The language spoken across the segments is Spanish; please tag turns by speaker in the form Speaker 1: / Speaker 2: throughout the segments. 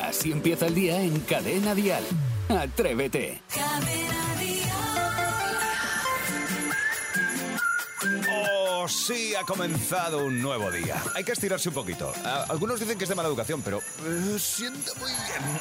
Speaker 1: Así empieza el día en Cadena Dial. Atrévete.
Speaker 2: Oh, sí, ha comenzado un nuevo día. Hay que estirarse un poquito. A- Algunos dicen que es de mala educación, pero eh, sienta muy bien.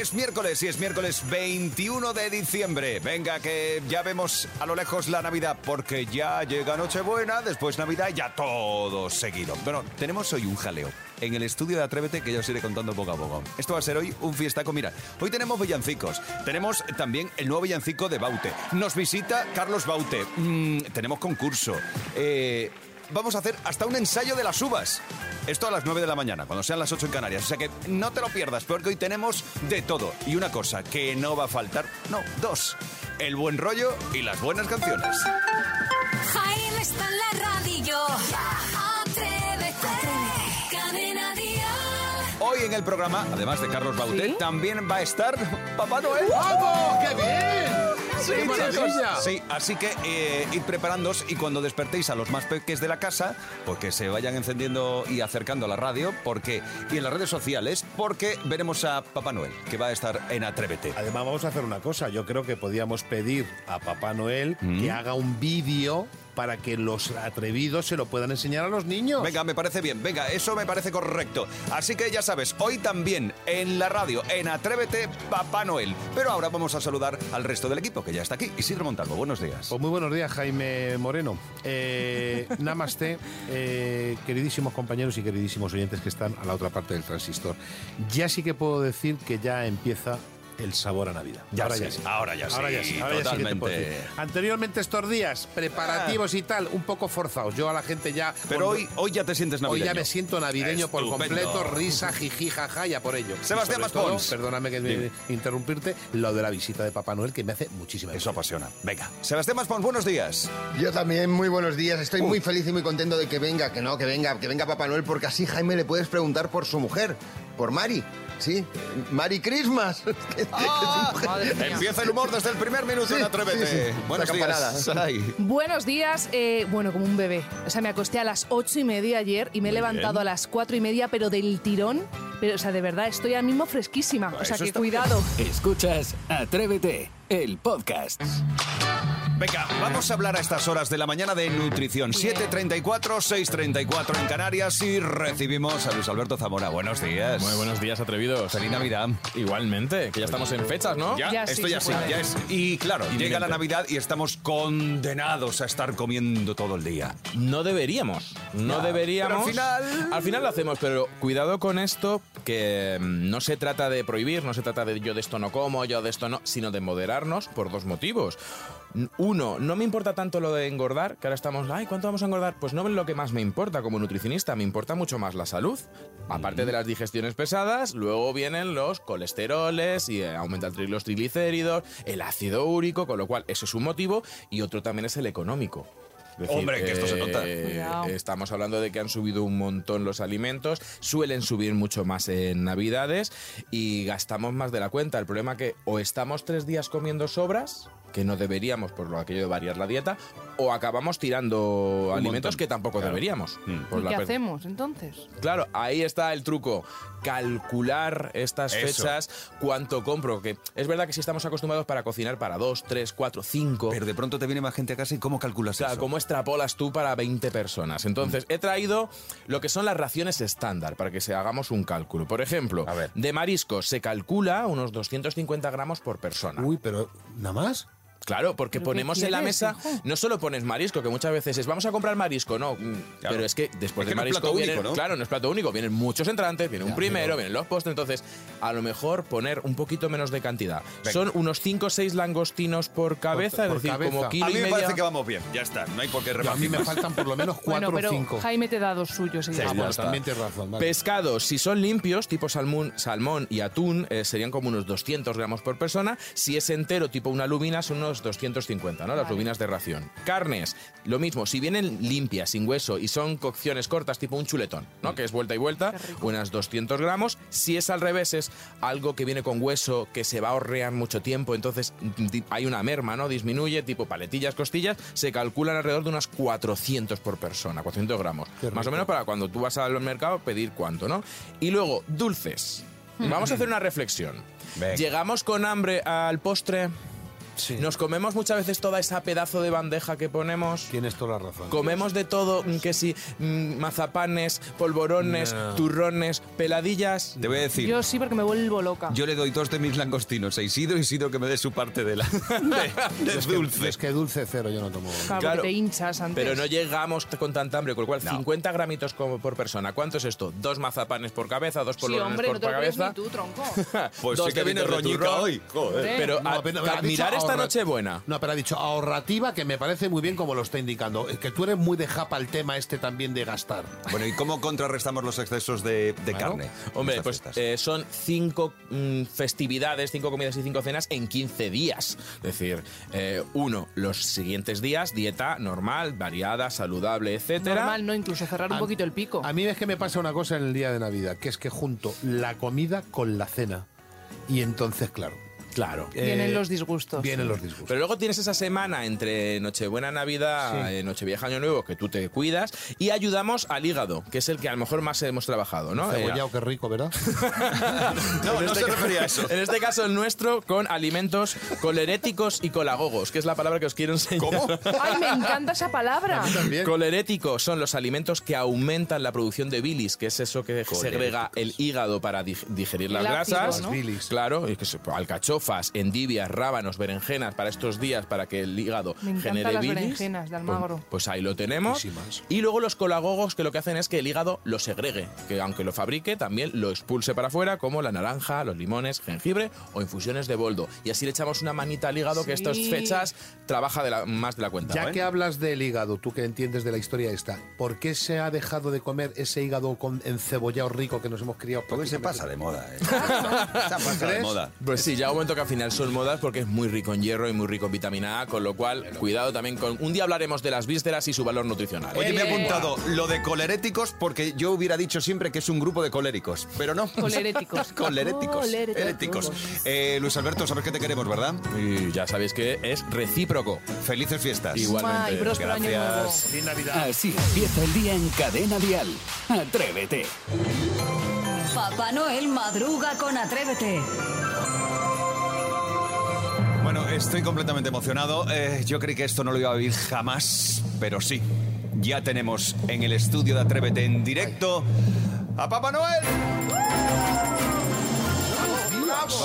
Speaker 2: Es miércoles y es miércoles 21 de diciembre. Venga, que ya vemos a lo lejos la Navidad, porque ya llega Nochebuena, después Navidad, y ya todo seguido. Bueno, tenemos hoy un jaleo en el estudio de Atrévete que ya os iré contando poco a poco. Esto va a ser hoy un fiestaco. Mira, hoy tenemos villancicos. Tenemos también el nuevo villancico de Baute. Nos visita Carlos Baute. Mm, tenemos concurso. Eh, vamos a hacer hasta un ensayo de las uvas. Esto a las 9 de la mañana, cuando sean las 8 en Canarias. O sea que no te lo pierdas, porque hoy tenemos de todo. Y una cosa que no va a faltar, no, dos. El buen rollo y las buenas canciones.
Speaker 3: Jaime está en la radio. Atrévete. Cadena Dial.
Speaker 2: Hoy en el programa, además de Carlos Bauté, también va a estar Papá Noel.
Speaker 4: ¡Vamos! ¡Qué bien!
Speaker 2: Sí,
Speaker 4: ¡Uh! ¡Qué maravilla!
Speaker 2: chicos. Sí, así que eh, id preparándoos y cuando despertéis a los más peques de la casa, pues que se vayan encendiendo y acercando a la radio, porque y en las redes sociales, porque veremos a Papá Noel, que va a estar en Atrévete.
Speaker 4: Además, vamos a hacer una cosa. Yo creo que podíamos pedir a Papá Noel
Speaker 2: Mm.
Speaker 4: que haga un vídeo para que los atrevidos se lo puedan enseñar a los niños.
Speaker 2: Venga, me parece bien, venga, eso me parece correcto. Así que ya sabes, hoy también en la radio, en Atrévete, Papá Noel. Pero ahora vamos a saludar al resto del equipo, que ya está aquí. Isidro Montalvo, buenos días.
Speaker 4: Pues muy buenos días, Jaime Moreno. Eh, namaste, eh, queridísimos compañeros y queridísimos oyentes que están a la otra parte del transistor. Ya sí que puedo decir que ya empieza el sabor a Navidad.
Speaker 2: Ya sí, ahora ya sí,
Speaker 4: Ahora ya sí, ahora ya sí que te puedo
Speaker 2: totalmente.
Speaker 4: decir. Anteriormente estos días, preparativos y tal, un poco forzados. Yo a la gente ya...
Speaker 2: Pero
Speaker 4: con-
Speaker 2: hoy, hoy ya te sientes
Speaker 4: Hoy
Speaker 2: navideño.
Speaker 4: ya me siento navideño por
Speaker 2: Estupendo.
Speaker 4: completo, risa, jiji, jaja, ya por ello. Y
Speaker 2: Sebastián
Speaker 4: sobre todo,
Speaker 2: Maspons.
Speaker 4: Perdóname que
Speaker 2: Dime.
Speaker 4: interrumpirte, lo de la visita de Papá Noel que me hace muchísima
Speaker 2: Eso
Speaker 4: ilusión.
Speaker 2: apasiona. Venga, Sebastián Maspons, buenos días.
Speaker 5: Yo también, muy buenos días. Estoy muy feliz y muy contento de que venga, que no, que venga, que venga Papá Noel, porque así Jaime le puedes preguntar por su mujer, por Mari. Sí, Mari Christmas. Que-
Speaker 2: Empieza el humor desde el primer minuto en
Speaker 5: Sí,
Speaker 2: Atrévete.
Speaker 5: sí, sí.
Speaker 2: Buenos
Speaker 5: La campanada.
Speaker 2: días, Saray.
Speaker 6: Buenos días, eh, bueno, como un bebé. O sea, me acosté a las ocho y media ayer y me he levantado
Speaker 2: bien.
Speaker 6: a las cuatro y media, pero del tirón. Pero, o sea, de verdad, estoy ahora mismo fresquísima. O sea,
Speaker 2: eso
Speaker 6: que
Speaker 2: está
Speaker 6: cuidado.
Speaker 1: Escuchas Atrévete, el podcast.
Speaker 2: Venga, vamos a hablar a estas horas de la mañana de nutrición. 7.34, 6.34 en Canarias y recibimos a Luis Alberto Zamora. Buenos días.
Speaker 7: Muy buenos días, atrevidos.
Speaker 2: Feliz Navidad.
Speaker 7: Igualmente, que ya estamos en fechas, ¿no?
Speaker 2: Ya,
Speaker 6: Ya sí,
Speaker 2: esto ya sí,
Speaker 6: seguramente.
Speaker 2: ya es. Y claro, llega
Speaker 7: Inminente.
Speaker 2: la Navidad y estamos condenados a estar comiendo todo el día.
Speaker 7: No deberíamos. No
Speaker 2: Ya,
Speaker 7: deberíamos.
Speaker 2: pero al final-
Speaker 7: Al final lo hacemos, pero cuidado con esto, que mm, no se trata de prohibir, no se trata de yo de esto no como, yo de esto no, sino de moderarnos por dos motivos. N- Uno, no me importa tanto lo de engordar, que ahora estamos, ay, ¿cuánto vamos a engordar? Pues no es lo que más me importa como nutricionista, me importa mucho más la salud. Aparte de las digestiones pesadas, luego vienen los colesteroles y eh, aumenta el tri- los triglicéridos, el ácido úrico, con lo cual eso es un motivo y otro también es el económico. Es
Speaker 2: Hombre, que esto se nota.
Speaker 6: Cuidado.
Speaker 7: Estamos hablando de que han subido un montón los alimentos, suelen subir mucho más en Navidades y gastamos más de la cuenta. El problema que o estamos tres días comiendo sobras, que no deberíamos por lo aquello de variar la dieta, o acabamos tirando alimentos
Speaker 2: montón,
Speaker 7: que tampoco
Speaker 2: claro. Mm.
Speaker 7: deberíamos. por
Speaker 6: ¿Y
Speaker 7: la
Speaker 6: qué
Speaker 7: per-
Speaker 6: hacemos entonces?
Speaker 7: Claro, ahí está el truco. Calcular estas
Speaker 2: Eso.
Speaker 7: fechas, cuánto compro. Que es verdad que si estamos acostumbrados para cocinar para dos, tres, cuatro, cinco.
Speaker 2: Pero de pronto te viene más gente a casa y ¿cómo calculas
Speaker 7: O sea,
Speaker 2: eso? Mm.
Speaker 7: ¿cómo extrapolas tú para 20 personas? Entonces, he traído lo que son las raciones estándar, para que se hagamos un cálculo. Por ejemplo,
Speaker 2: A ver.
Speaker 7: de mariscos se calcula unos 250 gramos por persona.
Speaker 4: Uy, pero ¿nada más?
Speaker 7: Claro, porque
Speaker 6: ¿Pero qué
Speaker 7: ponemos en la
Speaker 6: quieres,
Speaker 7: mesa,
Speaker 6: hijo?
Speaker 7: no solo pones marisco, que muchas veces es vamos a comprar marisco, no, mm,
Speaker 2: Claro.
Speaker 7: pero es que después
Speaker 2: Es que
Speaker 7: del
Speaker 2: no es
Speaker 7: marisco
Speaker 2: plato
Speaker 7: vienen-
Speaker 2: único, ¿no?
Speaker 7: claro, no es plato único, vienen muchos entrantes, viene un primero, vienen los postres, entonces a lo mejor poner un poquito menos de cantidad.
Speaker 2: Venga.
Speaker 7: Son unos 5 o 6 langostinos por cabeza,
Speaker 4: por
Speaker 7: es decir,
Speaker 4: cabeza.
Speaker 7: como kilo
Speaker 2: a mí
Speaker 7: y
Speaker 2: me
Speaker 7: media.
Speaker 2: parece que vamos bien, ya está, no hay por qué
Speaker 4: Yo, a mí
Speaker 2: rebajar
Speaker 4: me
Speaker 2: más.
Speaker 4: faltan por lo menos cuatro
Speaker 6: bueno,
Speaker 4: o
Speaker 6: pero
Speaker 4: cinco.
Speaker 6: Jaime te da dos suyos. y ya.
Speaker 4: Ah, bueno,
Speaker 7: está.
Speaker 4: también tienes razón. vale.
Speaker 7: Pescados, si son limpios, tipo salmón, salmón y atún, eh, serían como unos 200 gramos por persona. Si es entero, tipo una lubina, son unos 250, ¿no? Las
Speaker 6: Vale.
Speaker 7: lubinas de ración. Carnes, lo mismo. Si vienen limpias, sin hueso, y son cocciones cortas, tipo un chuletón, ¿no? Que es vuelta y vuelta, unas 200 gramos. Si es al revés, es algo que viene con hueso, que se va a horrear mucho tiempo, entonces di- hay una merma, ¿no? Disminuye, tipo paletillas, costillas, se calculan alrededor de unas 400 por persona, 400 gramos.
Speaker 4: Qué
Speaker 7: Más
Speaker 4: rico.
Speaker 7: o menos para cuando tú vas al mercado pedir cuánto, ¿no? Y luego, dulces.
Speaker 4: Mm.
Speaker 7: Vamos a hacer una reflexión.
Speaker 2: Venga.
Speaker 7: Llegamos con hambre al postre. Nos comemos muchas veces toda esa pedazo de bandeja que ponemos.
Speaker 4: Tienes toda la razón.
Speaker 7: Comemos de todo, mm, que si mm, mazapanes, polvorones, turrones, peladillas.
Speaker 2: Te voy a decir.
Speaker 6: Yo sí, porque me vuelvo loca.
Speaker 2: Yo le doy dos de mis langostinos a Isidro y Isidro que me dé su parte de la de, de dulce.
Speaker 4: Es que dulce cero, yo no tomo.
Speaker 6: Claro,
Speaker 7: claro.
Speaker 6: porque te hinchas antes.
Speaker 7: Pero no llegamos t- con tanta hambre, con lo cual 50 gramitos como por persona. ¿Cuánto es esto? Dos mazapanes por cabeza, dos
Speaker 6: Sí,
Speaker 7: polvorones
Speaker 6: hombre,
Speaker 7: por
Speaker 6: no te lo crees
Speaker 7: cabeza.
Speaker 6: ni tú, tronco.
Speaker 2: Pues
Speaker 7: dos
Speaker 2: sí que viene
Speaker 7: deditos de
Speaker 2: roñica
Speaker 7: turrón.
Speaker 2: hoy. Joder.
Speaker 7: Eh, Pero
Speaker 4: No,
Speaker 7: a-
Speaker 4: pero me ha
Speaker 7: a
Speaker 4: dicho
Speaker 7: mirar esta
Speaker 4: ahorra-
Speaker 7: noche buena.
Speaker 4: No, pero ha dicho ahorrativa, que me parece muy bien como lo está indicando. Es que tú eres muy de japa el tema este también de gastar.
Speaker 2: Bueno, ¿y cómo contrarrestamos los excesos de, de
Speaker 4: Claro.
Speaker 2: carne? en
Speaker 7: Hombre,
Speaker 2: estas
Speaker 7: pues
Speaker 2: fiestas?
Speaker 7: eh, son cinco mm, festividades, cinco comidas y cinco cenas en 15 días. Es decir, eh, uno, los siguientes días, dieta normal, variada, saludable, etcétera.
Speaker 6: Normal, ¿no? Incluso cerrar un
Speaker 4: A-
Speaker 6: poquito el pico.
Speaker 4: A mí es que me pasa una cosa en el día de Navidad, que es que junto la comida con la cena. Y entonces, claro.
Speaker 7: Claro.
Speaker 4: eh,
Speaker 6: Vienen los disgustos.
Speaker 4: Vienen los disgustos.
Speaker 7: Pero luego tienes esa semana entre Nochebuena, Navidad, eh, Nochevieja, Año Nuevo, que tú te cuidas, y ayudamos al hígado, que es el que a lo mejor más hemos trabajado, ¿no? Eh,
Speaker 4: Cebollado, qué rico, ¿verdad?
Speaker 2: no, no se refería a eso.
Speaker 7: En este caso el nuestro, con alimentos coleréticos y colagogos, que es la palabra que os quiero enseñar. ¿Cómo?
Speaker 6: ¡Ay, me encanta esa palabra!
Speaker 4: También.
Speaker 7: Coleréticos son los alimentos que aumentan la producción de bilis, que es eso que segrega el hígado para dig- digerir las
Speaker 6: El ácido,
Speaker 7: grasas.
Speaker 6: ¿no?
Speaker 4: Bilis.
Speaker 7: Claro, y que se- alcachofas, endivias, rábanos, berenjenas para estos días para que el hígado
Speaker 6: Me encantan
Speaker 7: genere
Speaker 6: las
Speaker 7: bilis.
Speaker 6: berenjenas de Almagro.
Speaker 7: Pues, pues ahí lo tenemos.
Speaker 4: Riquísimas.
Speaker 7: Y luego los colagogos que lo que hacen es que el hígado lo segregue, que aunque lo fabrique también lo expulse para afuera, como la naranja, los limones, jengibre o infusiones de boldo. Y así le echamos una manita al hígado que estas
Speaker 6: Sí.
Speaker 7: fechas trabaja de la- más de la cuenta.
Speaker 4: Ya
Speaker 7: ¿eh?
Speaker 4: que hablas del hígado, tú que entiendes de la historia esta, ¿por qué se ha dejado de comer ese hígado con encebollado rico que nos hemos criado?
Speaker 2: Porque se pasa de moda. eh. Se pasa de
Speaker 4: ¿Crees?
Speaker 2: moda.
Speaker 7: Pues sí, ya un momento que al final son modas porque es muy rico en hierro y muy rico en vitamina A, con lo cual cuidado también con... Un día hablaremos de las vísceras y su valor nutricional.
Speaker 2: Oye, me he
Speaker 6: Eh.
Speaker 2: apuntado lo de coleréticos porque yo hubiera dicho siempre que es un grupo de coléricos, pero no.
Speaker 6: Coleréticos.
Speaker 2: coleréticos.
Speaker 6: Coleréticos.
Speaker 2: Heréticos. Eh, Luis Alberto, sabes que te queremos, ¿verdad?
Speaker 7: Y ya sabéis que es recíproco.
Speaker 2: Felices fiestas.
Speaker 7: Igual. Igualmente.
Speaker 6: Ay, próspero año nuevo.
Speaker 2: Gracias.
Speaker 4: de Navidad.
Speaker 1: Así empieza el día en Cadena Dial. Atrévete.
Speaker 3: Papá Noel madruga con Atrévete.
Speaker 2: Bueno, estoy completamente emocionado. Eh, yo creí que esto no lo iba a vivir jamás, pero sí. Ya tenemos en el estudio de Atrévete en directo a Papá Noel.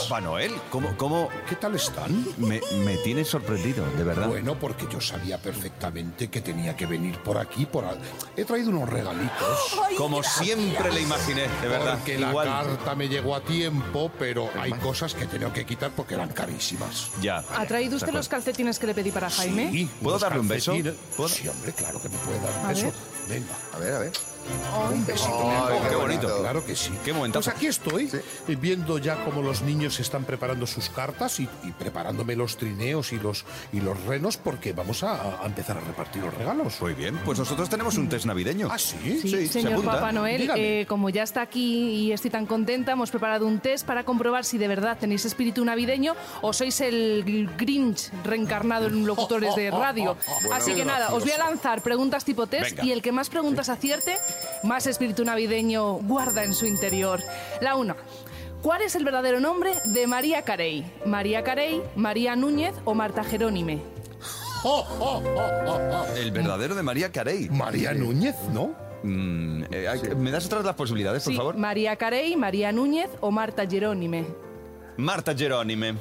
Speaker 2: Papá Noel, ¿cómo, cómo
Speaker 4: ¿Qué tal están?
Speaker 2: me, me tienes sorprendido, de verdad?
Speaker 4: Bueno, porque yo sabía perfectamente que tenía que venir por aquí, por al- He traído unos regalitos.
Speaker 2: Como siempre le imaginé, de verdad.
Speaker 4: Porque
Speaker 2: Igual.
Speaker 4: la carta me llegó a tiempo, pero hay cosas que tengo que quitar porque eran carísimas.
Speaker 2: Ya.
Speaker 6: ¿Ha traído usted los calcetines que le pedí para Jaime?
Speaker 4: Sí,
Speaker 2: ¿Puedo
Speaker 4: unos
Speaker 2: darle un beso?
Speaker 4: calcetines.
Speaker 2: ¿Puedo?
Speaker 4: Sí, hombre, claro que me puede dar un
Speaker 6: A
Speaker 4: beso.
Speaker 6: ver.
Speaker 4: Venga.
Speaker 5: A ver, a ver.
Speaker 4: Un besito. mi
Speaker 5: Ay,
Speaker 4: amor.
Speaker 2: qué bonito.
Speaker 4: Claro que sí.
Speaker 2: Qué momentazo.
Speaker 4: Pues aquí estoy, eh, viendo ya cómo los niños están preparando sus cartas y, y preparándome los trineos y los, y los renos porque vamos a, a empezar a repartir los regalos.
Speaker 2: Muy bien, pues nosotros tenemos un test navideño.
Speaker 4: ¿Ah, sí?
Speaker 6: Sí,
Speaker 2: Sí, se
Speaker 6: señor
Speaker 2: apunta.
Speaker 6: Papá Noel,
Speaker 4: Dígame.
Speaker 6: eh, como ya está aquí y estoy tan contenta, hemos preparado un test para comprobar si de verdad tenéis espíritu navideño o sois el Grinch reencarnado en locutores de radio. Así que nada, os voy a lanzar preguntas tipo test
Speaker 2: Venga.
Speaker 6: y el que más preguntas acierte, más espíritu navideño guarda en su interior. La una. ¿Cuál es el verdadero nombre de María Carey? ¿María Carey, María Núñez o Marta Jerónime?
Speaker 2: El verdadero de María Carey.
Speaker 4: María Núñez, ¿no?
Speaker 2: Mm, eh, hay- ¿Me das otras las posibilidades, por
Speaker 6: Sí,
Speaker 2: favor?
Speaker 6: María Carey, María Núñez o Marta Jerónime.
Speaker 2: Marta Jerónime.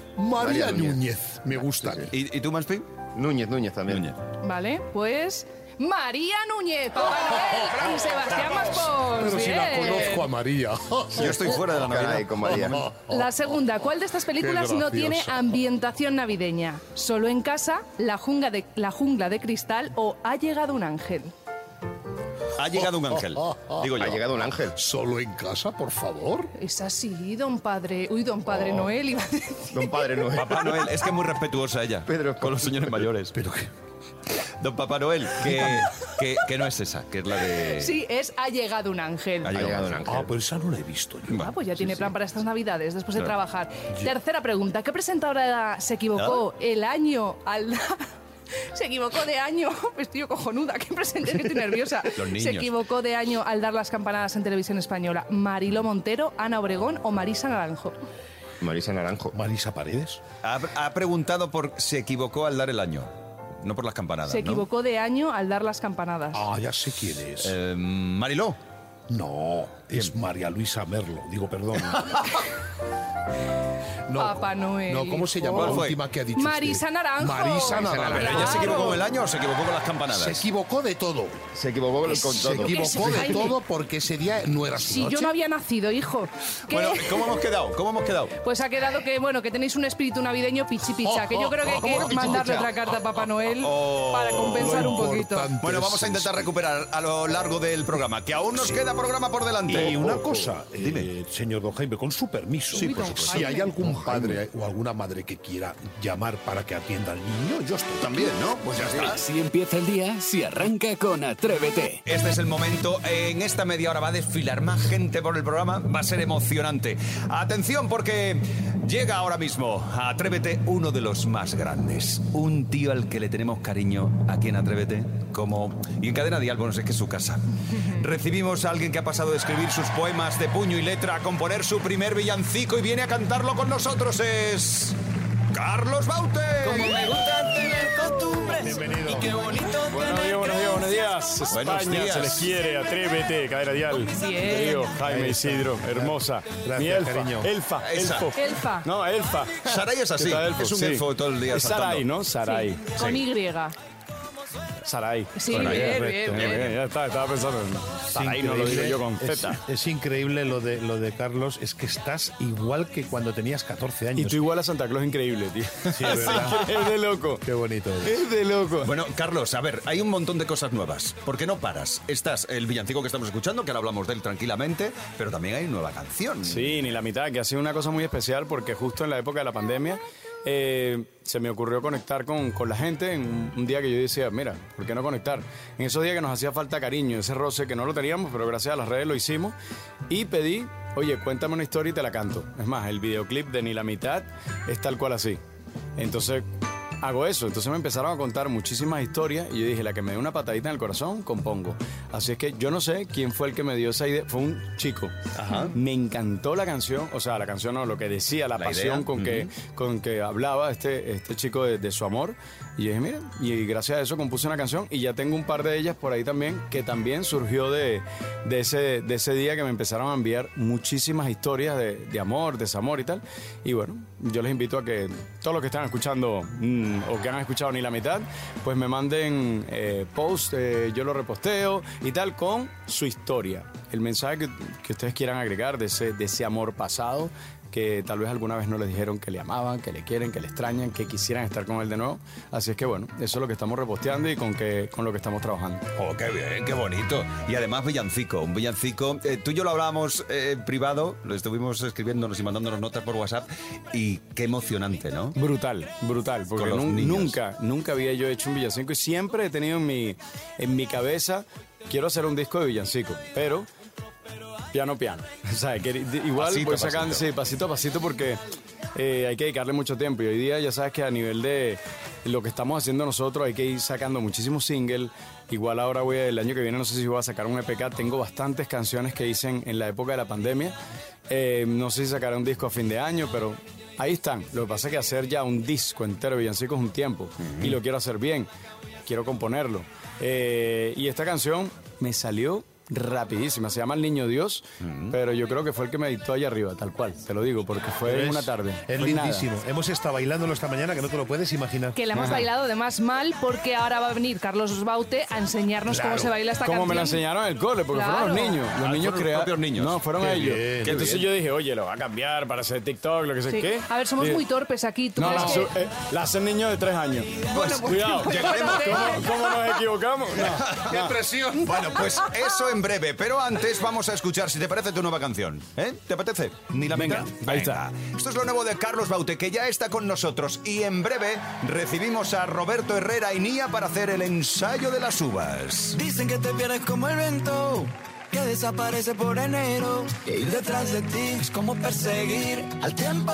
Speaker 5: María
Speaker 4: María, Núñez.
Speaker 5: Núñez.
Speaker 4: me gusta.
Speaker 2: ¿Y, y tú, Maspi?
Speaker 5: Núñez, Núñez también.
Speaker 6: Vale, pues María Núñez, Papá Noel y Sebastián Maspons.
Speaker 4: Pero si la
Speaker 6: Bien.
Speaker 4: conozco a María.
Speaker 2: Yo estoy fuera de la Navidad.
Speaker 5: Oh, Caray, con María.
Speaker 6: La segunda, ¿cuál de estas películas
Speaker 4: Qué
Speaker 6: no tiene
Speaker 4: graciosa.
Speaker 6: ambientación navideña? Solo en casa, la jungla de, la jungla de cristal o ha llegado un ángel.
Speaker 2: Ha llegado un ángel. Digo yo.
Speaker 5: Oh, Ha llegado un ángel.
Speaker 4: Solo en casa, por favor.
Speaker 6: Es así, don padre. Uy, don padre
Speaker 4: Oh.
Speaker 6: Noel iba a decir.
Speaker 5: Don Padre Noel.
Speaker 2: Papá Noel, es que es muy respetuosa ella.
Speaker 5: Pedro.
Speaker 2: Con los señores mayores.
Speaker 4: Pero que
Speaker 2: Don Papá Noel, que, que, que no es esa, que es la de.
Speaker 6: Sí, es ha llegado un ángel.
Speaker 2: Ha
Speaker 5: Ha llegado un
Speaker 4: Ah,
Speaker 5: ángel.
Speaker 4: pero esa no la he visto yo.
Speaker 6: Ah, pues ya tiene plan para estas navidades, después de trabajar. Tercera pregunta, ¿qué presentadora se equivocó el año al dar, Se equivocó de año. Estoy yo cojonuda, que presente, que estoy nerviosa.
Speaker 7: Los niños.
Speaker 6: Se equivocó de año al dar las campanadas en televisión española. Marilo Montero, Ana Obregón o Marisa Naranjo.
Speaker 5: Marisa Naranjo.
Speaker 4: Marisa Paredes.
Speaker 2: Ha, ha preguntado por se equivocó al dar el año, no por las campanadas.
Speaker 6: Se
Speaker 2: ¿no?
Speaker 6: equivocó de año al dar las campanadas.
Speaker 4: Ah, ya sé quién es.
Speaker 2: Eh, Mariló.
Speaker 4: no, es María Luisa Merlo. Digo, perdón. No,
Speaker 6: Papá Noel,
Speaker 4: No, ¿cómo se
Speaker 6: hijo.
Speaker 4: llamó la
Speaker 2: ¿Cuál fue?
Speaker 4: última que ha dicho usted?
Speaker 6: Marisa Naranjo.
Speaker 4: Marisa
Speaker 6: Marisa
Speaker 5: Ah,
Speaker 4: Naranjo.
Speaker 2: ¿Pero ella se equivocó con el año o se equivocó con las campanadas?
Speaker 4: Se equivocó de todo.
Speaker 5: Se equivocó con
Speaker 4: Se
Speaker 5: todo.
Speaker 4: equivocó
Speaker 6: Ese-
Speaker 4: de
Speaker 6: Jaime.
Speaker 4: todo porque ese día no era su
Speaker 6: Si
Speaker 4: noche.
Speaker 6: yo no había nacido, hijo. ¿Qué?
Speaker 2: Bueno, ¿cómo hemos quedado? ¿Cómo hemos quedado?
Speaker 6: Pues ha quedado que, bueno, que tenéis un espíritu navideño pichi picha, que yo creo que hay
Speaker 5: ¿Cómo
Speaker 6: que
Speaker 5: que
Speaker 6: mandarle
Speaker 5: pichipicha?
Speaker 6: otra carta a Papá Noel
Speaker 2: Oh,
Speaker 6: para compensar
Speaker 4: Lo
Speaker 6: un poquito.
Speaker 4: importante
Speaker 2: Bueno,
Speaker 4: es
Speaker 2: vamos a intentar
Speaker 4: eso.
Speaker 2: recuperar a lo largo del programa, que aún nos queda programa por delante.
Speaker 4: Y una cosa, eh,
Speaker 2: Dime.
Speaker 4: señor Don Jaime, con su permiso,
Speaker 6: Sí, por supuesto.
Speaker 4: si hay algún padre o alguna madre que quiera llamar para que atienda al niño, yo estoy
Speaker 2: También, ¿no? Pues ya está.
Speaker 1: Así empieza el día si arranca con Atrévete.
Speaker 2: Este es el momento. En esta media hora va a desfilar más gente por el programa. Va a ser emocionante. Atención porque llega ahora mismo. a Atrévete, uno de los más grandes. Un tío al que le tenemos cariño aquí en Atrévete. Como... Y en Cadena Dial, bueno, es que es su casa. Recibimos a alguien que ha pasado de escribir sus poemas de puño y letra a componer su primer villancico y viene a cantarlo con nosotros. Es... Carlos Baute.
Speaker 8: Bienvenido. buenos días, buenos días, buenos días.
Speaker 2: Buenos
Speaker 8: España
Speaker 2: días.
Speaker 8: se les quiere, atrévete, cadera dial. Querido Jaime Isidro, hermosa.
Speaker 4: Gracias,
Speaker 8: Mi elfa,
Speaker 4: cariño.
Speaker 8: elfa,
Speaker 2: Esa.
Speaker 8: elfo.
Speaker 6: Elfa.
Speaker 8: No, elfa.
Speaker 2: Saray es así.
Speaker 8: ¿Qué tal, elfo?
Speaker 2: Es un
Speaker 8: Sí.
Speaker 2: elfo todo el día
Speaker 8: Es Saray,
Speaker 2: saltando.
Speaker 8: ¿no? Saray.
Speaker 6: Sí, Con Y.
Speaker 8: Saray.
Speaker 6: Sí,
Speaker 8: Saray.
Speaker 6: bien, bien,
Speaker 8: Bien, bien,
Speaker 6: bien.
Speaker 8: Eh, ya está, estaba pensando. en- Saray no lo digo yo con
Speaker 4: es,
Speaker 8: Z.
Speaker 4: es increíble lo de, lo de Carlos, es que estás igual que cuando tenías 14
Speaker 8: Y
Speaker 4: años.
Speaker 8: tú igual a Santa Claus, increíble, tío.
Speaker 4: Sí, es verdad.
Speaker 8: Es de loco.
Speaker 4: Qué bonito eres.
Speaker 8: Es de loco.
Speaker 2: Bueno, Carlos, a ver, hay un montón de cosas nuevas. Porque no paras. Estás el villancico que estamos escuchando, que ahora hablamos de él tranquilamente, pero también hay nueva canción.
Speaker 8: Sí, ni la mitad, que ha sido una cosa muy especial porque justo en la época de la pandemia eh, se me ocurrió conectar con, con la gente en un- un día que yo decía, mira, ¿por qué no conectar? En esos días que nos hacía falta cariño, ese roce que no lo teníamos, pero gracias a las redes lo hicimos y pedí, oye, cuéntame una historia y te la canto. Es más, el videoclip de Ni la mitad es tal cual así. Entonces... Hago eso, entonces me empezaron a contar muchísimas historias y yo dije, la que me dé una patadita en el corazón, compongo. Así es que yo no sé quién fue el que me dio esa idea, fue un chico. Me encantó la canción, o sea, la canción no, lo que decía, la,
Speaker 2: La
Speaker 8: pasión
Speaker 2: idea.
Speaker 8: con que con que hablaba este, este chico de, de su amor. Y dije, mira, y gracias a eso compuse una canción y ya tengo un par de ellas por ahí también, que también surgió de, de, ese, de ese día que me empezaron a enviar muchísimas historias de, de amor, desamor y tal. Y bueno, yo les invito a que todos los que están escuchando mm, o que han escuchado ni la mitad, pues me manden eh, post, eh, yo lo reposteo y tal, con su historia. El mensaje que, que ustedes quieran agregar de ese, de ese amor pasado, que tal vez alguna vez no le dijeron que le amaban, que le quieren, que le extrañan, que quisieran estar con él de nuevo. Así es que bueno, eso es lo que estamos reposteando y con, que, con lo que estamos trabajando.
Speaker 2: Oh, qué bien, qué bonito. Y además villancico, un villancico. eh, tú y yo lo hablábamos eh, en privado, lo estuvimos escribiéndonos y mandándonos notas por WhatsApp. Y qué emocionante, ¿no?
Speaker 8: Brutal, brutal, porque
Speaker 2: Con los
Speaker 8: nun-
Speaker 2: niños.
Speaker 8: nunca, nunca había yo hecho un villancico y siempre he tenido en mi, en mi cabeza, quiero hacer un disco de villancico, pero piano piano. O sea, que di- igual
Speaker 2: Pasito
Speaker 8: voy
Speaker 2: a pasito.
Speaker 8: sacando, sí, pasito a pasito porque eh, hay que dedicarle mucho tiempo y hoy día ya sabes que a nivel de lo que estamos haciendo nosotros hay que ir sacando muchísimos singles. Igual ahora voy a- el año que viene, no sé si voy a sacar un EPK, tengo bastantes canciones que hice en, en la época de la pandemia. Eh, no sé si sacaré un disco a fin de año, pero ahí están. Lo que pasa es que hacer ya un disco entero de villancicos es un tiempo y lo quiero hacer bien, quiero componerlo. Eh, y esta canción me salió rapidísima. Se llama El Niño Dios, pero yo creo que fue el que me dictó allá arriba, tal cual. Te lo digo, porque fue en
Speaker 4: Es-
Speaker 8: una tarde.
Speaker 4: Es
Speaker 8: fue nada.
Speaker 4: lindísimo. Hemos estado bailándolo esta mañana que no te lo puedes imaginar.
Speaker 6: Que la hemos bailado además mal porque ahora va a venir Carlos Baute a enseñarnos
Speaker 4: Claro.
Speaker 6: cómo se baila esta
Speaker 8: Como
Speaker 6: canción.
Speaker 8: me la enseñaron en el cole, porque
Speaker 6: Claro.
Speaker 8: fueron los niños. Los
Speaker 2: Ah,
Speaker 8: niños
Speaker 2: fueron los
Speaker 8: crea-
Speaker 2: propios niños.
Speaker 8: No, fueron
Speaker 4: Qué
Speaker 8: ellos.
Speaker 4: bien,
Speaker 8: Que
Speaker 4: qué
Speaker 8: Entonces yo dije, oye, lo va a cambiar para hacer TikTok, lo que sé
Speaker 6: Sí.
Speaker 8: qué.
Speaker 6: A ver, somos
Speaker 8: Sí.
Speaker 6: muy torpes aquí. ¿Tú
Speaker 8: No,
Speaker 6: crees
Speaker 8: no,
Speaker 6: que-
Speaker 8: su- eh, la hacen niños de tres años.
Speaker 2: Pues,
Speaker 8: Cuidado,
Speaker 2: llegaremos.
Speaker 8: ¿Cómo, cómo nos equivocamos? No.
Speaker 2: ¡Qué presión! Ah. Bueno, pues eso en breve. Pero antes vamos a escuchar, si te parece, tu nueva canción. ¿Eh? ¿Te apetece? Ni la
Speaker 8: Venga,
Speaker 2: mitad.
Speaker 8: ahí
Speaker 2: Venga. Esto es lo nuevo de Carlos Baute, que ya está con nosotros. Y en breve recibimos a Roberto Herrera y Nia para hacer el ensayo de las uvas.
Speaker 9: Dicen que te pierdes como el viento, que desaparece por enero. Que ir detrás de ti es como perseguir al tiempo.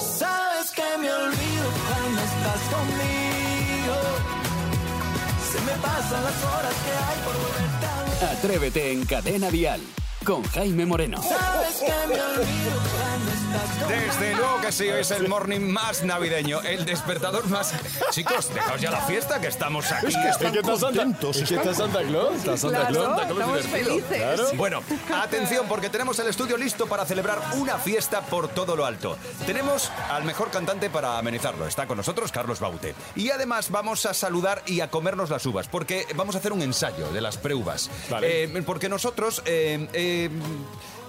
Speaker 9: Sabes que me olvido cuando estás conmigo. Se me pasan las horas que hay por volverte a ver.
Speaker 1: Atrévete en Cadena Dial con Jaime Moreno.
Speaker 9: Sabes que me olvido cuando estás conmigo.
Speaker 2: Desde luego que sí, hoy es el morning más navideño, el despertador más... Chicos, dejaos ya la fiesta que estamos aquí.
Speaker 8: ¿Y qué está Santa, ¿Y qué está Santa Claus? Está Santa Claus.
Speaker 6: Claro,
Speaker 8: Santa Claus
Speaker 6: estamos
Speaker 8: divertido.
Speaker 6: felices.
Speaker 8: Claro.
Speaker 2: Bueno, atención porque tenemos el estudio listo para celebrar una fiesta por todo lo alto. Tenemos al mejor cantante para amenizarlo. Está con nosotros Carlos Baute. Y además vamos a saludar y a comernos las uvas porque vamos a hacer un ensayo de las preuvas.
Speaker 8: Vale.
Speaker 2: Eh, porque nosotros... eh, eh,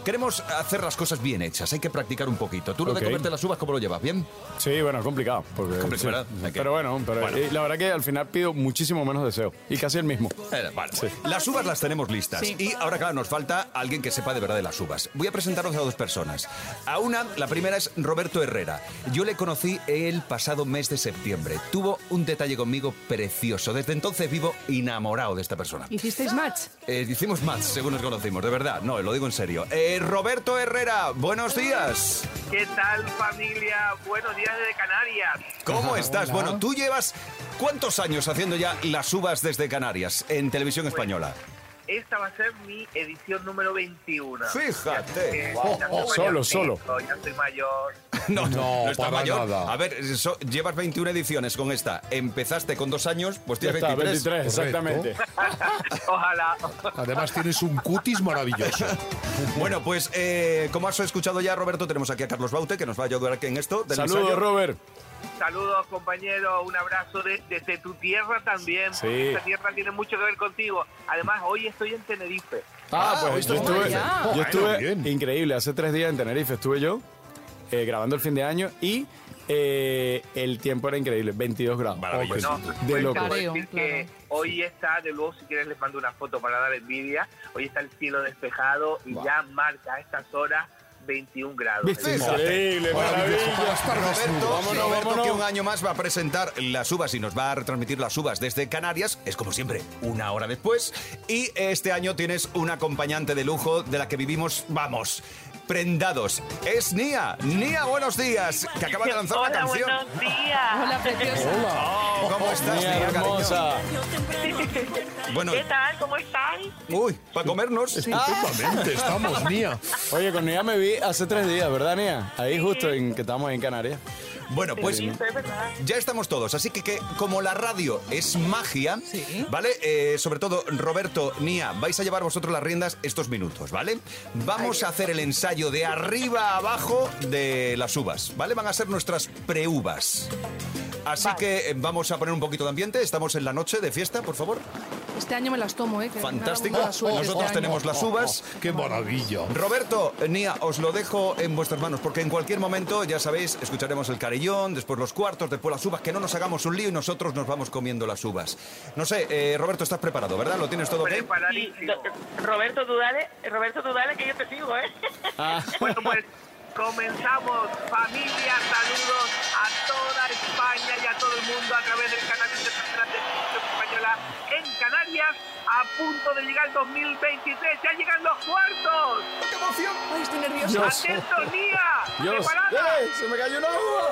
Speaker 2: Queremos hacer las cosas bien hechas, hay que practicar un poquito. Tú lo
Speaker 8: Ok.
Speaker 2: de comerte las uvas, ¿cómo lo llevas? ¿Bien?
Speaker 8: Sí, bueno, es complicado. porque-
Speaker 2: Complicado,
Speaker 8: sí.
Speaker 2: ¿verdad? Hay que-
Speaker 8: Pero bueno, pero
Speaker 2: Bueno.
Speaker 8: y la verdad que al final pido muchísimo menos deseo. Y casi el mismo.
Speaker 2: Eh, vale. Las uvas las tenemos listas. Y ahora, claro, nos falta alguien que sepa de verdad de las uvas. Voy a presentaros a dos personas. A una, la primera es Roberto Herrera. Yo le conocí el pasado mes de septiembre. Tuvo un detalle conmigo precioso. Desde entonces vivo enamorado de esta persona.
Speaker 6: ¿Hicisteis match?
Speaker 2: Eh, hicimos más, según nos conocimos, de verdad. No, lo digo en serio. Eh, Roberto Herrera, buenos días.
Speaker 10: ¿Qué tal familia? Buenos días desde Canarias.
Speaker 2: ¿Cómo estás? Bueno, tú llevas... ¿Cuántos años haciendo ya las uvas desde Canarias en televisión española?
Speaker 10: Pues, Esta va a ser mi edición número 21.
Speaker 2: Fíjate.
Speaker 10: Eh, ya soy
Speaker 8: Oh, Solo,
Speaker 10: mayorcito,
Speaker 8: solo.
Speaker 10: Ya soy mayor.
Speaker 2: No, no,
Speaker 4: No,
Speaker 2: no estás
Speaker 4: para
Speaker 2: mayor.
Speaker 4: nada.
Speaker 2: A ver, so- llevas 21 ediciones con esta. Empezaste con dos años, pues
Speaker 8: Ya
Speaker 2: tienes
Speaker 8: está,
Speaker 2: 23.
Speaker 8: 23, exactamente.
Speaker 10: Ojalá.
Speaker 4: Además tienes un cutis maravilloso.
Speaker 2: Bueno, pues eh, como has escuchado ya, Roberto, tenemos aquí a Carlos Baute, que nos va a ayudar aquí en esto. del
Speaker 8: Saludos,
Speaker 2: ensayo.
Speaker 8: Robert.
Speaker 10: Saludos compañeros, un abrazo de- desde tu tierra también.
Speaker 8: Sí.
Speaker 10: porque Esta tierra tiene mucho que ver contigo. Además, hoy estoy en Tenerife.
Speaker 8: Ah, pues yo estuve,
Speaker 6: ya.
Speaker 8: yo estuve
Speaker 4: bien.
Speaker 8: increíble. Hace tres días en Tenerife estuve yo eh, grabando el fin de año y eh, el tiempo era increíble, 22 grados. Oh,
Speaker 2: Maravilloso.
Speaker 10: No,
Speaker 8: De
Speaker 10: pues,
Speaker 8: loco.
Speaker 10: puedo
Speaker 6: Careo,
Speaker 10: decir
Speaker 6: claro.
Speaker 10: que hoy está, de luego si quieres les mando una foto para dar envidia, hoy está el cielo despejado y ya marca a estas horas 21 grados.
Speaker 8: ¿Viste?
Speaker 10: Entonces,
Speaker 8: Increíble, maravilla.
Speaker 2: Roberto,
Speaker 8: Vámonos,
Speaker 2: Roberto,
Speaker 8: vámonos.
Speaker 2: que un año más va a presentar las uvas y nos va a retransmitir las uvas desde Canarias, es como siempre, una hora después. Y este año tienes una acompañante de lujo de la que vivimos, vamos, prendados. Es Nia. Nia, buenos días, que acaba de lanzar una
Speaker 11: Hola,
Speaker 2: canción.
Speaker 11: buenos días.
Speaker 6: Hola, preciosa.
Speaker 2: Oh, ¿Cómo estás,
Speaker 8: Mi
Speaker 2: Nia, cariño?
Speaker 8: hermosa.
Speaker 2: Bueno,
Speaker 11: ¿Qué tal? ¿Cómo están?
Speaker 2: uy, para comernos.
Speaker 4: Estupendamente, estamos, Nia.
Speaker 8: Oye, con Nia me vi hace tres días, ¿verdad, Nia? Ahí justo en que estábamos en Canarias.
Speaker 2: Bueno, pues
Speaker 11: Sí, es verdad.
Speaker 2: ya estamos todos, así que, que como la radio es magia, ¿vale? Eh, sobre todo, Roberto, Nia, vais a llevar vosotros las riendas estos minutos, ¿vale? Vamos a hacer el ensayo de arriba a abajo de las uvas, ¿vale? Van a ser nuestras preuvas. Así que eh, vamos a poner un poquito de ambiente, estamos en la noche de fiesta, por favor.
Speaker 6: Este año me las tomo, ¿eh? que
Speaker 2: Fantástico.
Speaker 6: me ha dado mala suerte este
Speaker 2: Nosotros
Speaker 6: año.
Speaker 2: tenemos las uvas.
Speaker 4: Oh, Qué maravilla.
Speaker 2: Roberto, Nia, os lo dejo en vuestras manos porque en cualquier momento, ya sabéis, escucharemos el carillón, después los cuartos, después las uvas, que no nos hagamos un lío y nosotros nos vamos comiendo las uvas. No sé, eh, Roberto, estás preparado, ¿verdad? ¿Lo tienes todo bien?
Speaker 11: Y,
Speaker 10: Preparadísimo.
Speaker 11: do- Roberto, tú dale, Roberto, tú dale que yo te sigo, ¿eh?
Speaker 6: Ah.
Speaker 10: Bueno, pues comenzamos. Familia, saludos a toda España y a todo el mundo a través del canal internacional de Televisión española en Canarias. A punto de llegar el 2023, ya llegan los cuartos.
Speaker 6: Ay, estoy nerviosa.
Speaker 8: Dios.
Speaker 10: Atentos, Nia.
Speaker 8: Dios.
Speaker 10: Preparada.
Speaker 8: ¡Eh! ¡Se me cayó una uva!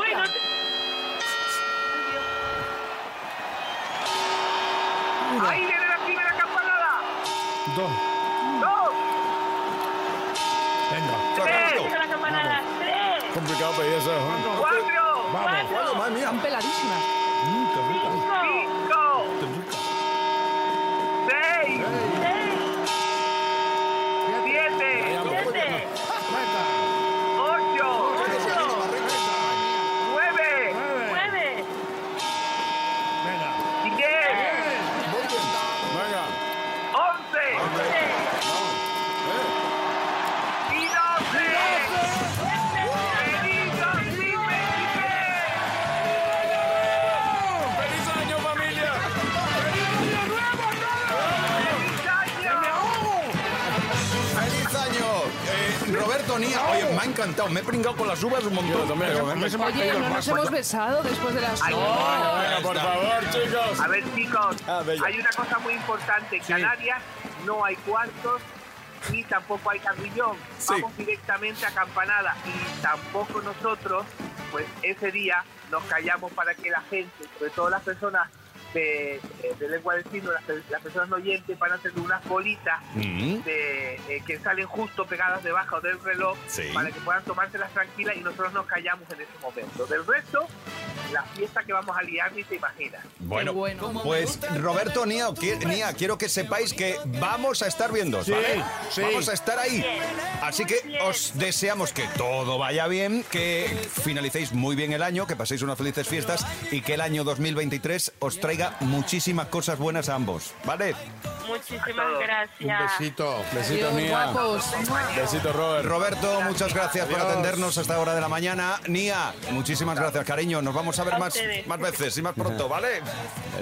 Speaker 11: Uy, no te-
Speaker 10: Ahí viene la primera campanada.
Speaker 4: Dos.
Speaker 10: Dos,
Speaker 4: Venga.
Speaker 10: tres,
Speaker 11: Hizo la campanada. Tres,
Speaker 8: Complicado pedir eso, Juan.
Speaker 10: cuatro,
Speaker 4: Vamos.
Speaker 11: cuatro,
Speaker 4: Madre
Speaker 6: Están
Speaker 4: mía.
Speaker 6: peladísimas.
Speaker 11: cinco,
Speaker 10: cinco, seis, siete,
Speaker 11: siete,
Speaker 10: ocho,
Speaker 11: ocho,
Speaker 10: nueve,
Speaker 11: nueve,
Speaker 10: diez,
Speaker 8: Venga.
Speaker 10: once
Speaker 11: diez.
Speaker 10: y doce. ¡Feliz 2023!
Speaker 8: ¡Feliz año, familia!
Speaker 2: ¡Feliz año! Eh, Roberto, Nia, oye, me ha encantado, me he pringado con las uvas un montón.
Speaker 8: también, como me-
Speaker 6: Oye, no nos hemos besado después de las
Speaker 8: Bueno, venga, por favor, chicos.
Speaker 10: A ver, chicos,
Speaker 8: Ah, bello.
Speaker 10: hay una cosa muy importante. En Canarias no hay cuartos ni tampoco hay carrillón.
Speaker 8: Sí.
Speaker 10: Vamos directamente a campanada. Y tampoco nosotros, pues ese día nos callamos para que la gente, sobre todo las personas de, de lengua del signo, las, las personas no oyentes van a hacer unas bolitas
Speaker 2: Mm.
Speaker 10: de, eh, que salen justo pegadas debajo del reloj
Speaker 2: Sí.
Speaker 10: para que puedan tomárselas tranquilas y nosotros nos callamos en ese momento. Del resto, la fiesta que vamos a liar ni te imaginas.
Speaker 2: Bueno, pues Roberto Nia, qui- Nia, quiero que sepáis que vamos a estar viendo,
Speaker 4: Sí,
Speaker 2: ¿vale?
Speaker 4: sí.
Speaker 2: Vamos a estar ahí.
Speaker 10: Bien.
Speaker 2: Así que os deseamos que todo vaya bien, que finalicéis muy bien el año, que paséis unas felices fiestas y que el año 2023 os traiga muchísimas cosas buenas a ambos, ¿vale?
Speaker 11: Muchísimas gracias.
Speaker 8: Besitos,
Speaker 2: ah.
Speaker 8: Nia. Besitos, Robert.
Speaker 2: Roberto, muchas gracias por atendernos hasta hora de la mañana. Nia, muchísimas gracias, cariño. Nos vamos a ver
Speaker 11: A
Speaker 2: más,
Speaker 11: ustedes.
Speaker 2: más veces y más pronto, ¿vale?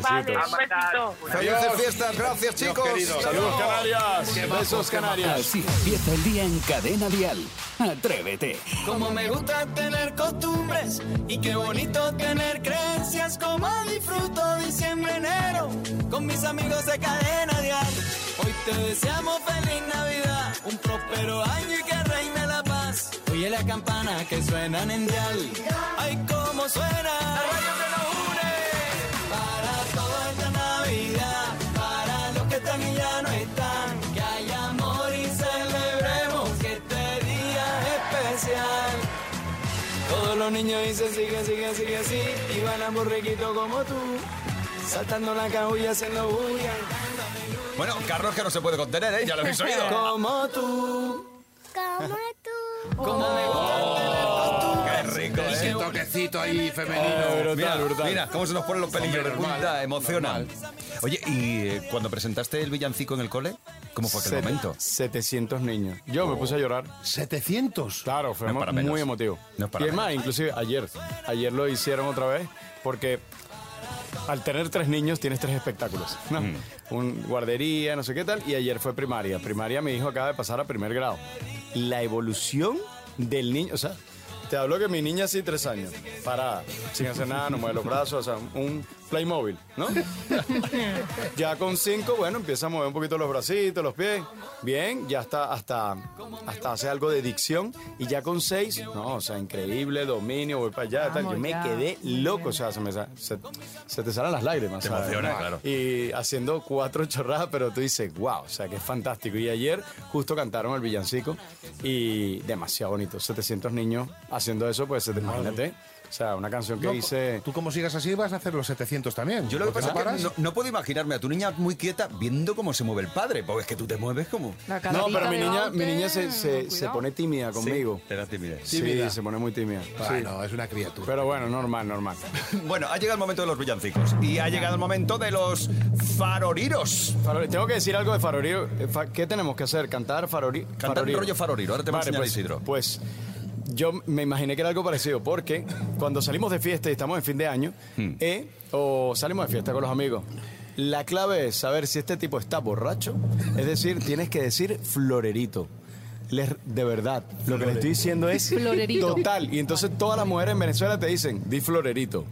Speaker 11: Vale, un besito.
Speaker 2: Felices fiestas, gracias chicos.
Speaker 8: Saludos, Canarias. Besos, Canarias.
Speaker 1: Así empieza el día en cadena Dial. Atrévete.
Speaker 9: Como me gusta tener costumbres y qué bonito tener creencias. Como disfruto diciembre, enero con mis amigos de cadena dial. Hoy te deseamos feliz Navidad, un próspero año y que reine la paz. Oye la campana que suenan en dial. Ay, cómo suena. Para toda esta Navidad, para los que están y ya no están, que hay amor y celebremos que este día es especial. Todos los niños dicen sigue, sigue, sigue así, y van a borrequito como tú, saltando la cabulla, haciendo bulla.
Speaker 2: Bueno, Carlos que no se puede contener, ¿eh? Ya lo habéis oído.
Speaker 9: Como tú.
Speaker 12: Como tú.
Speaker 9: Como me
Speaker 2: Oh, Qué rico,
Speaker 4: Ese
Speaker 2: ¿eh?
Speaker 4: toquecito ahí femenino.
Speaker 2: Mira, mira cómo se nos ponen los pelillos de punta, emocional. Oye, ¿y eh, cuando presentaste el villancico en el cole? ¿Cómo fue aquel
Speaker 8: Sete-
Speaker 2: momento? Oh.
Speaker 8: 700 niños. Yo me puse a llorar.
Speaker 4: 700.
Speaker 8: Claro, fue
Speaker 2: No es
Speaker 8: mo-
Speaker 2: para menos.
Speaker 8: muy emotivo.
Speaker 2: No es para
Speaker 8: y es más, inclusive ayer. Ayer lo hicieron otra vez porque al tener tres niños tienes tres espectáculos. ¿no?
Speaker 2: Mm.
Speaker 8: Un guardería, no sé qué tal. Y ayer fue primaria. Primaria mi hijo acaba de pasar a primer grado. La evolución del niño, o sea... Te hablo que mi niña así tres años, parada, sin hacer nada, no mueve los brazos, o sea, un Playmobil, ¿no? Ya con cinco, bueno, empieza a mover un poquito los bracitos, los pies. Bien, ya está hasta, hasta hace algo de dicción. Y ya con seis, no, o sea, increíble, dominio, voy para allá, tal. Yo
Speaker 6: Vamos
Speaker 8: me
Speaker 6: ya.
Speaker 8: quedé loco, o sea, se, me, sa- se, se te salen las lágrimas.
Speaker 2: Te
Speaker 8: ¿sabes?
Speaker 2: emociona, claro.
Speaker 8: Y haciendo cuatro chorradas, pero tú dices, wow, o sea, que es fantástico. Y ayer justo cantaron el villancico y demasiado bonito. 700 niños haciendo eso, pues, imagínate. O sea, una canción que
Speaker 4: No,
Speaker 8: hice...
Speaker 4: Tú como sigas así vas a hacer los 700 también.
Speaker 2: Yo lo
Speaker 4: ¿No
Speaker 2: que
Speaker 4: te
Speaker 2: pasa es
Speaker 4: paras?
Speaker 2: que no, no puedo imaginarme a tu niña muy quieta viendo cómo se mueve el padre, porque es que tú te mueves como...
Speaker 6: La
Speaker 8: No, pero
Speaker 6: caderita de
Speaker 8: mi niña, mi
Speaker 6: Baute,
Speaker 8: niña se, se- se
Speaker 6: cuidado.
Speaker 8: pone tímida conmigo.
Speaker 2: Te da timidez.
Speaker 8: Sí, se pone muy tímida.
Speaker 4: Bueno, es una criatura.
Speaker 8: Pero bueno, normal, normal.
Speaker 2: Bueno, ha llegado el momento de los villancicos y ha llegado el momento de los faroriros.
Speaker 8: Farori- Tengo que decir algo de Faroriro. Eh, fa- ¿Qué tenemos que hacer? ¿Cantar Farori?
Speaker 2: Cantar un rollo faroriro, ahora te va a
Speaker 8: Vale,
Speaker 2: enseñar
Speaker 8: pues,
Speaker 2: Isidro.
Speaker 8: Pues yo me imaginé que era algo parecido, porque cuando salimos de fiesta y estamos en fin de año,
Speaker 2: Hmm.
Speaker 8: eh, o salimos de fiesta con los amigos, la clave es saber si este tipo está borracho. Es decir, tienes que decir florerito. Les- de verdad, lo que le estoy diciendo es
Speaker 6: Florerito.
Speaker 8: total. Y entonces todas las mujeres en Venezuela te dicen, di florerito.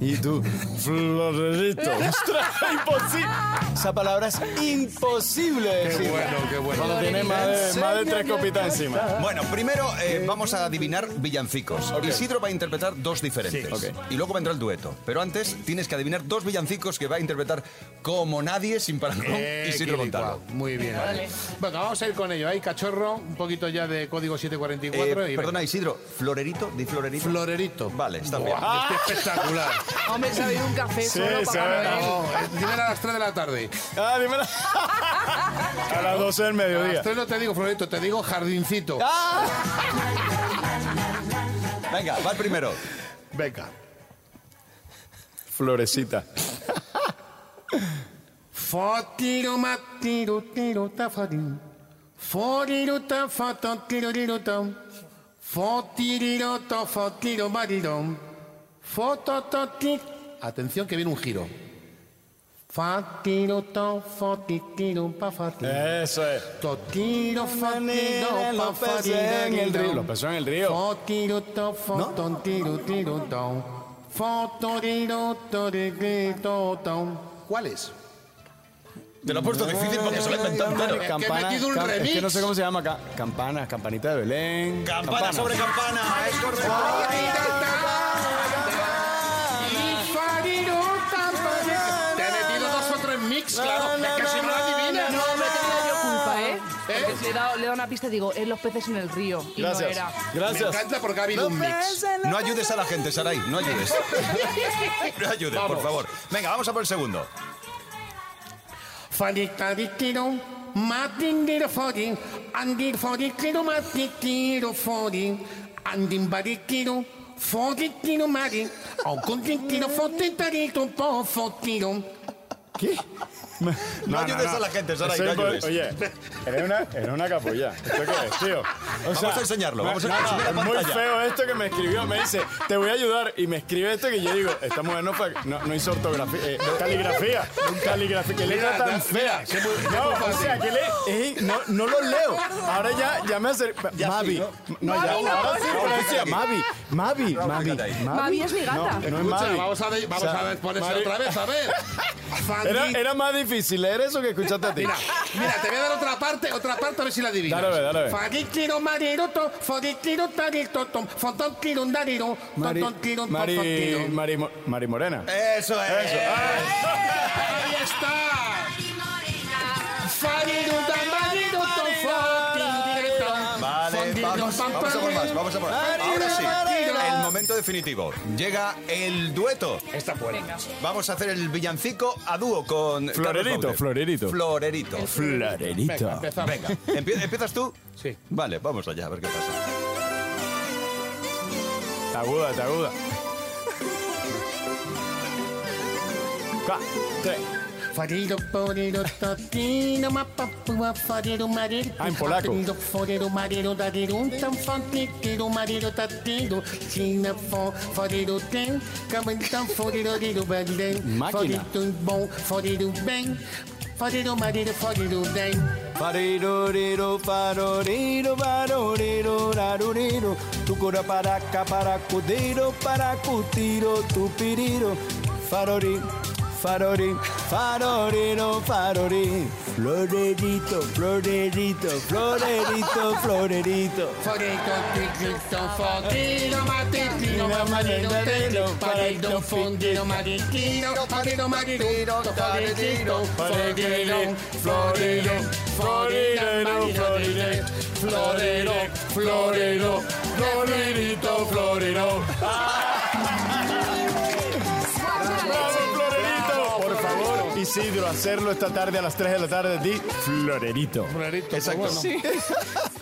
Speaker 8: Y tú, florerito. ¡Ostras, imposible! Esa palabra es imposible de decir.
Speaker 4: bueno, qué bueno.
Speaker 8: Cuando tiene más de, más de tres copitas encima.
Speaker 2: Bueno, primero eh, vamos a adivinar villancicos. Isidro va a interpretar dos diferentes.
Speaker 8: Sí.
Speaker 2: Y luego vendrá el dueto. Pero antes tienes que adivinar dos villancicos que va a interpretar como nadie sin parar
Speaker 4: Eh,
Speaker 2: Isidro
Speaker 4: qué
Speaker 2: Montalvo.
Speaker 4: licua. Muy bien. Venga, vamos a ir con ello. Ahí, cachorro, un poquito ya de código
Speaker 2: Eh,
Speaker 4: 744. y
Speaker 2: perdona, Isidro, florerito, di florerito.
Speaker 4: Florerito.
Speaker 2: Vale, está bien.
Speaker 4: Buah, qué espectacular.
Speaker 6: Hombre, se ha bebido un café solo
Speaker 8: sí,
Speaker 6: para
Speaker 8: no.
Speaker 6: Noel.
Speaker 4: No, eh, dime a las 3 de la tarde.
Speaker 8: Ah, dímela. A las 12 del
Speaker 4: A
Speaker 8: mediodía.
Speaker 4: las 3 no te digo florerito, te digo jardincito.
Speaker 2: Venga, va el primero.
Speaker 4: Venga.
Speaker 8: Florecita.
Speaker 4: Fotiro matiro tiro tafarin. Foriro tafato tiro tiro tam. Fotiriro tofotiro maridom. Fotototi. Atención que viene un giro. Fatiro tofotiro pafatin.
Speaker 8: Eso es.
Speaker 4: Totiro fatiro
Speaker 8: Los peces en el río. Los peces en el río.
Speaker 4: Fotiro tofoton tiro tiro tam. Fotoriro torito tam. ¿Cuál es?
Speaker 2: Te lo he puesto difícil porque se lo he inventado entero.
Speaker 4: que he metido un
Speaker 8: cam- es que no
Speaker 4: remix.
Speaker 8: sé cómo se llama acá. Campana, campanita de Belén.
Speaker 2: Campana, sobre campana, es correcto.
Speaker 4: Y Fariro Campana.
Speaker 12: Félix, claro.
Speaker 6: no,
Speaker 12: es que si no la adivinas.
Speaker 6: No, no tenía yo culpa, ¿eh? Porque Le, he dado, le he dado una pista y digo, es los peces en el río. Y
Speaker 2: Gracias.
Speaker 6: no era.
Speaker 2: Gracias. Me encanta porque ha habido un mix. No ayudes a la gente, Saray, no ayudes. No ayudes, por favor. Venga, vamos a por el segundo.
Speaker 12: Faditaditiro, matindiro fodin, andir foditiro matitiro fodin, andin baditiro, foditiro marin, aucontitiro fotitarito po fotiro.
Speaker 8: ¿Qué?
Speaker 12: No ayudes a la gente, Saray, no ayudes.
Speaker 8: Oye, eres una, eres una capulla. ¿Esto qué es, tío?
Speaker 2: Vamos a enseñarlo, vamos a
Speaker 8: no,
Speaker 2: enseñarlo.
Speaker 8: no,
Speaker 2: Mira
Speaker 8: Muy
Speaker 2: pantalla.
Speaker 8: feo esto que me escribió. Me dice, te voy a ayudar. Y me escribe esto que yo digo, esta mujer no, fue- no, no hizo ortografía. eh, caligrafía. Caligrafía. Qué letra
Speaker 12: Mira,
Speaker 8: tan
Speaker 12: mira,
Speaker 8: fea.
Speaker 12: qué muy- qué
Speaker 8: No,
Speaker 12: muy
Speaker 8: o
Speaker 12: fácil.
Speaker 8: sea, que le, eh, no, no lo leo. Ahora ya, ya me hace. Mavi. No, ya.
Speaker 12: Mavi, no,
Speaker 8: ahora sí,
Speaker 12: no,
Speaker 8: pero
Speaker 12: no,
Speaker 8: decía,
Speaker 12: no,
Speaker 8: Mavi. Mavi. Mavi.
Speaker 12: Mavi es mi gata.
Speaker 8: No, no es
Speaker 12: Escucha,
Speaker 8: Mavi.
Speaker 12: vamos a ver- vamos a ver, ponerse otra vez, a ver.
Speaker 8: Era, era más difícil leer eso que escucharte a ti.
Speaker 12: Mira, mira, te voy a dar otra parte, otra parte a ver si la adivinas.
Speaker 8: Dale, a ver, dale, a ver.
Speaker 12: Faditiro mariroto, foditiro taritotom, fotontiro dariro,
Speaker 8: Mari,
Speaker 12: totontiro
Speaker 8: Mari,
Speaker 12: totontiro.
Speaker 8: Mari, Mo- Mari Morena.
Speaker 2: Eso es.
Speaker 12: Ahí está. Faditiro mariroto, foditiro.
Speaker 2: Vale,
Speaker 12: foditiro,
Speaker 2: vamos,
Speaker 12: pam,
Speaker 2: vamos a por
Speaker 12: pam,
Speaker 2: más, vamos a por más. Ahora sí, el momento definitivo. Llega el dueto. Está buena. Vamos a hacer el villancico a dúo con Carlos
Speaker 8: Florerito,
Speaker 2: Baute.
Speaker 8: florerito.
Speaker 2: Florerito.
Speaker 8: El florerito. Venga, empezamos.
Speaker 2: Venga, ¿empie- ¿empiezas tú? Sí. Vale, vamos allá, a ver qué pasa.
Speaker 8: Está aguda, está aguda. Ca- tre-
Speaker 12: Farero, porero, totino, mapapua, farero, marero.
Speaker 8: Ah, en polaco.
Speaker 12: Farero, forero, marero, darero, un tan fantetero, marero, tatero, china, fo, farero, ten, cabentan, forero, rero, verde.
Speaker 8: Máquina.
Speaker 12: Farero, bon, farero, ben, farero, marero, farero, den.
Speaker 8: Fariroriro, faroriro, varoriro, raruriro, tu cura para paracudiro, paracutiro, tu piriro, farori, farori, faroriro, farori, florerito, florerito, florerito, florerito.
Speaker 12: Farero, tigrito, farero, matitino, marero, tero, farero, fondero, maritino, farero, marero, farero, farero, florero, florero, florero, florero, florero, florerito, florero.
Speaker 8: Florerito, por favor, Isidro, hacerlo esta tarde a las 3 de la tarde de ti, florerito.
Speaker 12: Florerito,
Speaker 2: Exacto.
Speaker 6: Sí.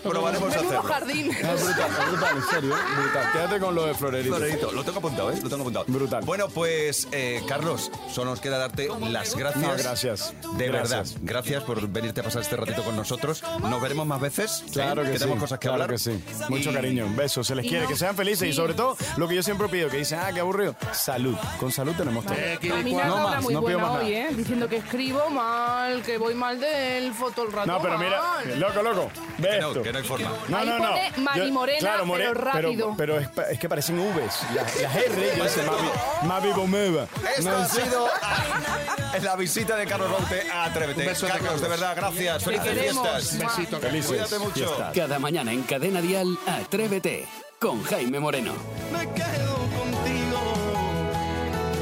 Speaker 2: Probaremos a
Speaker 6: Menudo
Speaker 2: hacerlo.
Speaker 6: jardín.
Speaker 8: brutal, en serio, brutal. Quédate con lo de florerito.
Speaker 2: Florerito, lo tengo apuntado, ¿eh? Lo tengo apuntado. Brutal. Bueno, pues, eh, Carlos, solo nos queda darte las gracias.
Speaker 8: No, gracias.
Speaker 2: De
Speaker 8: Gracias.
Speaker 2: verdad. Gracias por venirte a pasar este ratito con nosotros. Nos veremos más veces.
Speaker 8: Claro que, sí.
Speaker 2: Tenemos cosas que
Speaker 8: claro
Speaker 2: hablar.
Speaker 8: que sí. Mucho
Speaker 2: Y-
Speaker 8: cariño, besos, se les
Speaker 6: Y
Speaker 8: quiere,
Speaker 6: no-
Speaker 8: que sean felices y
Speaker 6: sí.
Speaker 8: sobre todo lo que yo siempre pido, que dicen, ah, qué aburrido, salud. Con salud tenemos todo.
Speaker 6: A mí me ha
Speaker 8: no
Speaker 6: dado una
Speaker 8: más,
Speaker 6: muy
Speaker 8: no pido
Speaker 6: buena
Speaker 8: más
Speaker 6: hoy,
Speaker 8: nada.
Speaker 6: ¿eh? Diciendo que escribo mal, que voy mal del foto el rato.
Speaker 8: No, pero mira,
Speaker 6: mal.
Speaker 8: loco, loco, ve
Speaker 2: Que no,
Speaker 8: esto.
Speaker 2: que no hay forma.
Speaker 8: No,
Speaker 6: Ahí
Speaker 8: no, no.
Speaker 6: pone Mari Morena, pero rápido.
Speaker 8: Pero, es, pa- es que parecen Vs. Las, las R, yo sé, Mavi, Mavi Gomeva.
Speaker 2: Esto
Speaker 8: No,
Speaker 2: ha sido la visita de Carlos Baute a Atrévete.
Speaker 5: Un beso de
Speaker 2: Carlos, de
Speaker 5: Carlos.
Speaker 2: verdad, gracias. Felices
Speaker 6: queremos.
Speaker 2: fiestas.
Speaker 5: Besito,
Speaker 8: Felices.
Speaker 2: Cuídate mucho.
Speaker 8: fiestas.
Speaker 1: Cada mañana en Cadena Dial, Atrévete con Jaime Moreno.
Speaker 9: Me quedo contigo.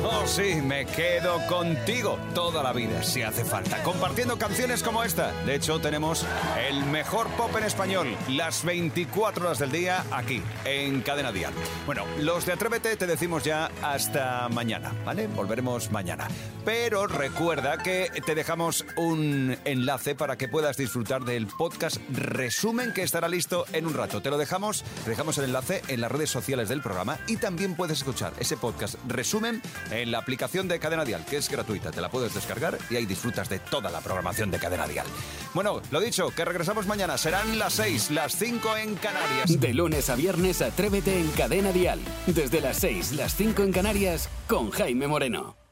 Speaker 2: Oh, sí, me quedo contigo toda la vida, si hace falta, compartiendo canciones como esta. De hecho, tenemos el mejor pop en español, las 24 horas del día, aquí, en Cadena Dial. Bueno, los de Atrévete te decimos ya hasta mañana, ¿vale? Volveremos mañana. Pero recuerda que te dejamos un enlace para que puedas disfrutar del podcast resumen que estará listo en un rato. Te lo dejamos, te dejamos el enlace en las redes sociales del programa y también puedes escuchar ese podcast resumen en la aplicación de Cadena Dial, que es gratuita. Te la puedes descargar y ahí disfrutas de toda la programación de Cadena Dial. Bueno, lo dicho, que regresamos mañana. Serán las 6, las 5 en Canarias.
Speaker 1: De lunes a viernes, Atrévete en Cadena Dial. Desde las 6, las 5 en Canarias, con Jaime Moreno.